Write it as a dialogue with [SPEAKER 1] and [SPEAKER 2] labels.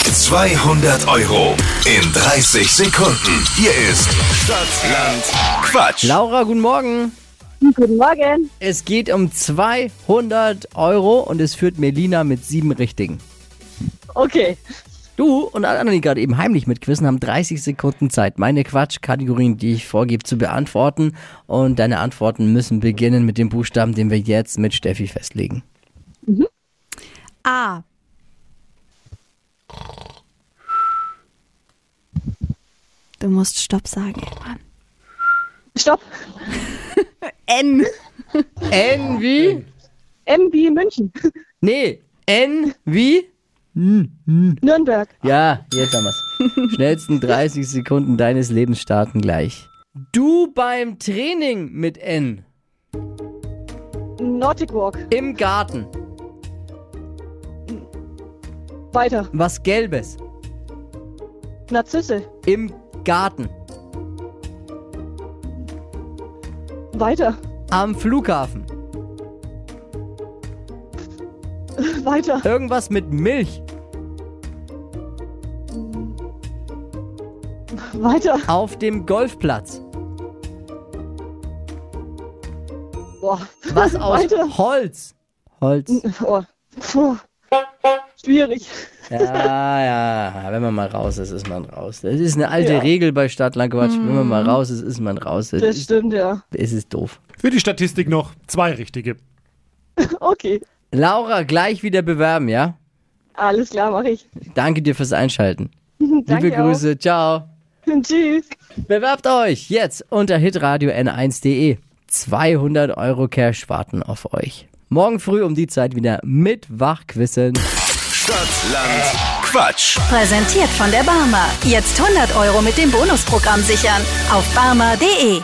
[SPEAKER 1] 200 Euro in 30 Sekunden. Hier ist Stadtland Quatsch.
[SPEAKER 2] Laura, guten Morgen.
[SPEAKER 3] Guten Morgen.
[SPEAKER 2] Es geht um 200 Euro und es führt Melina mit sieben Richtigen.
[SPEAKER 3] Okay.
[SPEAKER 2] Du und alle anderen, die gerade eben heimlich mitquissen, haben 30 Sekunden Zeit, meine Quatschkategorien, die ich vorgebe, zu beantworten. Und deine Antworten müssen beginnen mit dem Buchstaben, den wir jetzt mit Steffi festlegen.
[SPEAKER 4] A. Du musst Stopp sagen, Mann.
[SPEAKER 3] Stopp.
[SPEAKER 4] N.
[SPEAKER 2] N wie?
[SPEAKER 3] MB München.
[SPEAKER 2] Nee, N wie?
[SPEAKER 3] Nürnberg.
[SPEAKER 2] Ja, jetzt haben wir's. Schnellsten 30 Sekunden deines Lebens starten gleich. Du beim Training mit N.
[SPEAKER 3] Nordic Walk.
[SPEAKER 2] Im Garten.
[SPEAKER 3] Weiter.
[SPEAKER 2] Was Gelbes.
[SPEAKER 3] Narzisse.
[SPEAKER 2] Im Garten.
[SPEAKER 3] Weiter.
[SPEAKER 2] Am Flughafen.
[SPEAKER 3] Weiter.
[SPEAKER 2] Irgendwas mit Milch.
[SPEAKER 3] Weiter.
[SPEAKER 2] Auf dem Golfplatz.
[SPEAKER 3] Boah.
[SPEAKER 2] Was aus
[SPEAKER 3] Weiter.
[SPEAKER 2] Holz. Holz.
[SPEAKER 3] Boah. Puh. Schwierig.
[SPEAKER 2] Ja, ja. Wenn man mal raus ist, ist man raus. Das ist eine alte
[SPEAKER 3] Ja. Mhm.
[SPEAKER 2] Regel bei Stadtlandquatsch. Wenn man mal raus ist, ist man raus. Das
[SPEAKER 3] Das
[SPEAKER 2] ist,
[SPEAKER 3] stimmt, ja.
[SPEAKER 2] es ist doof.
[SPEAKER 5] Für die Statistik noch zwei richtige.
[SPEAKER 3] Okay.
[SPEAKER 2] Laura, gleich wieder bewerben, ja?
[SPEAKER 3] Alles klar, mache ich.
[SPEAKER 2] Danke dir fürs Einschalten.
[SPEAKER 3] Danke
[SPEAKER 2] Liebe Grüße, ciao.
[SPEAKER 3] Auch. Tschüss.
[SPEAKER 2] Bewerbt euch jetzt unter hitradio n1.de. 200 Euro Cash warten auf euch. Morgen früh um die Zeit wieder mit Wachquissen.
[SPEAKER 1] Stadtland Quatsch.
[SPEAKER 6] Präsentiert von der Barmer. Jetzt 100 Euro mit dem Bonusprogramm sichern. Auf barmer.de.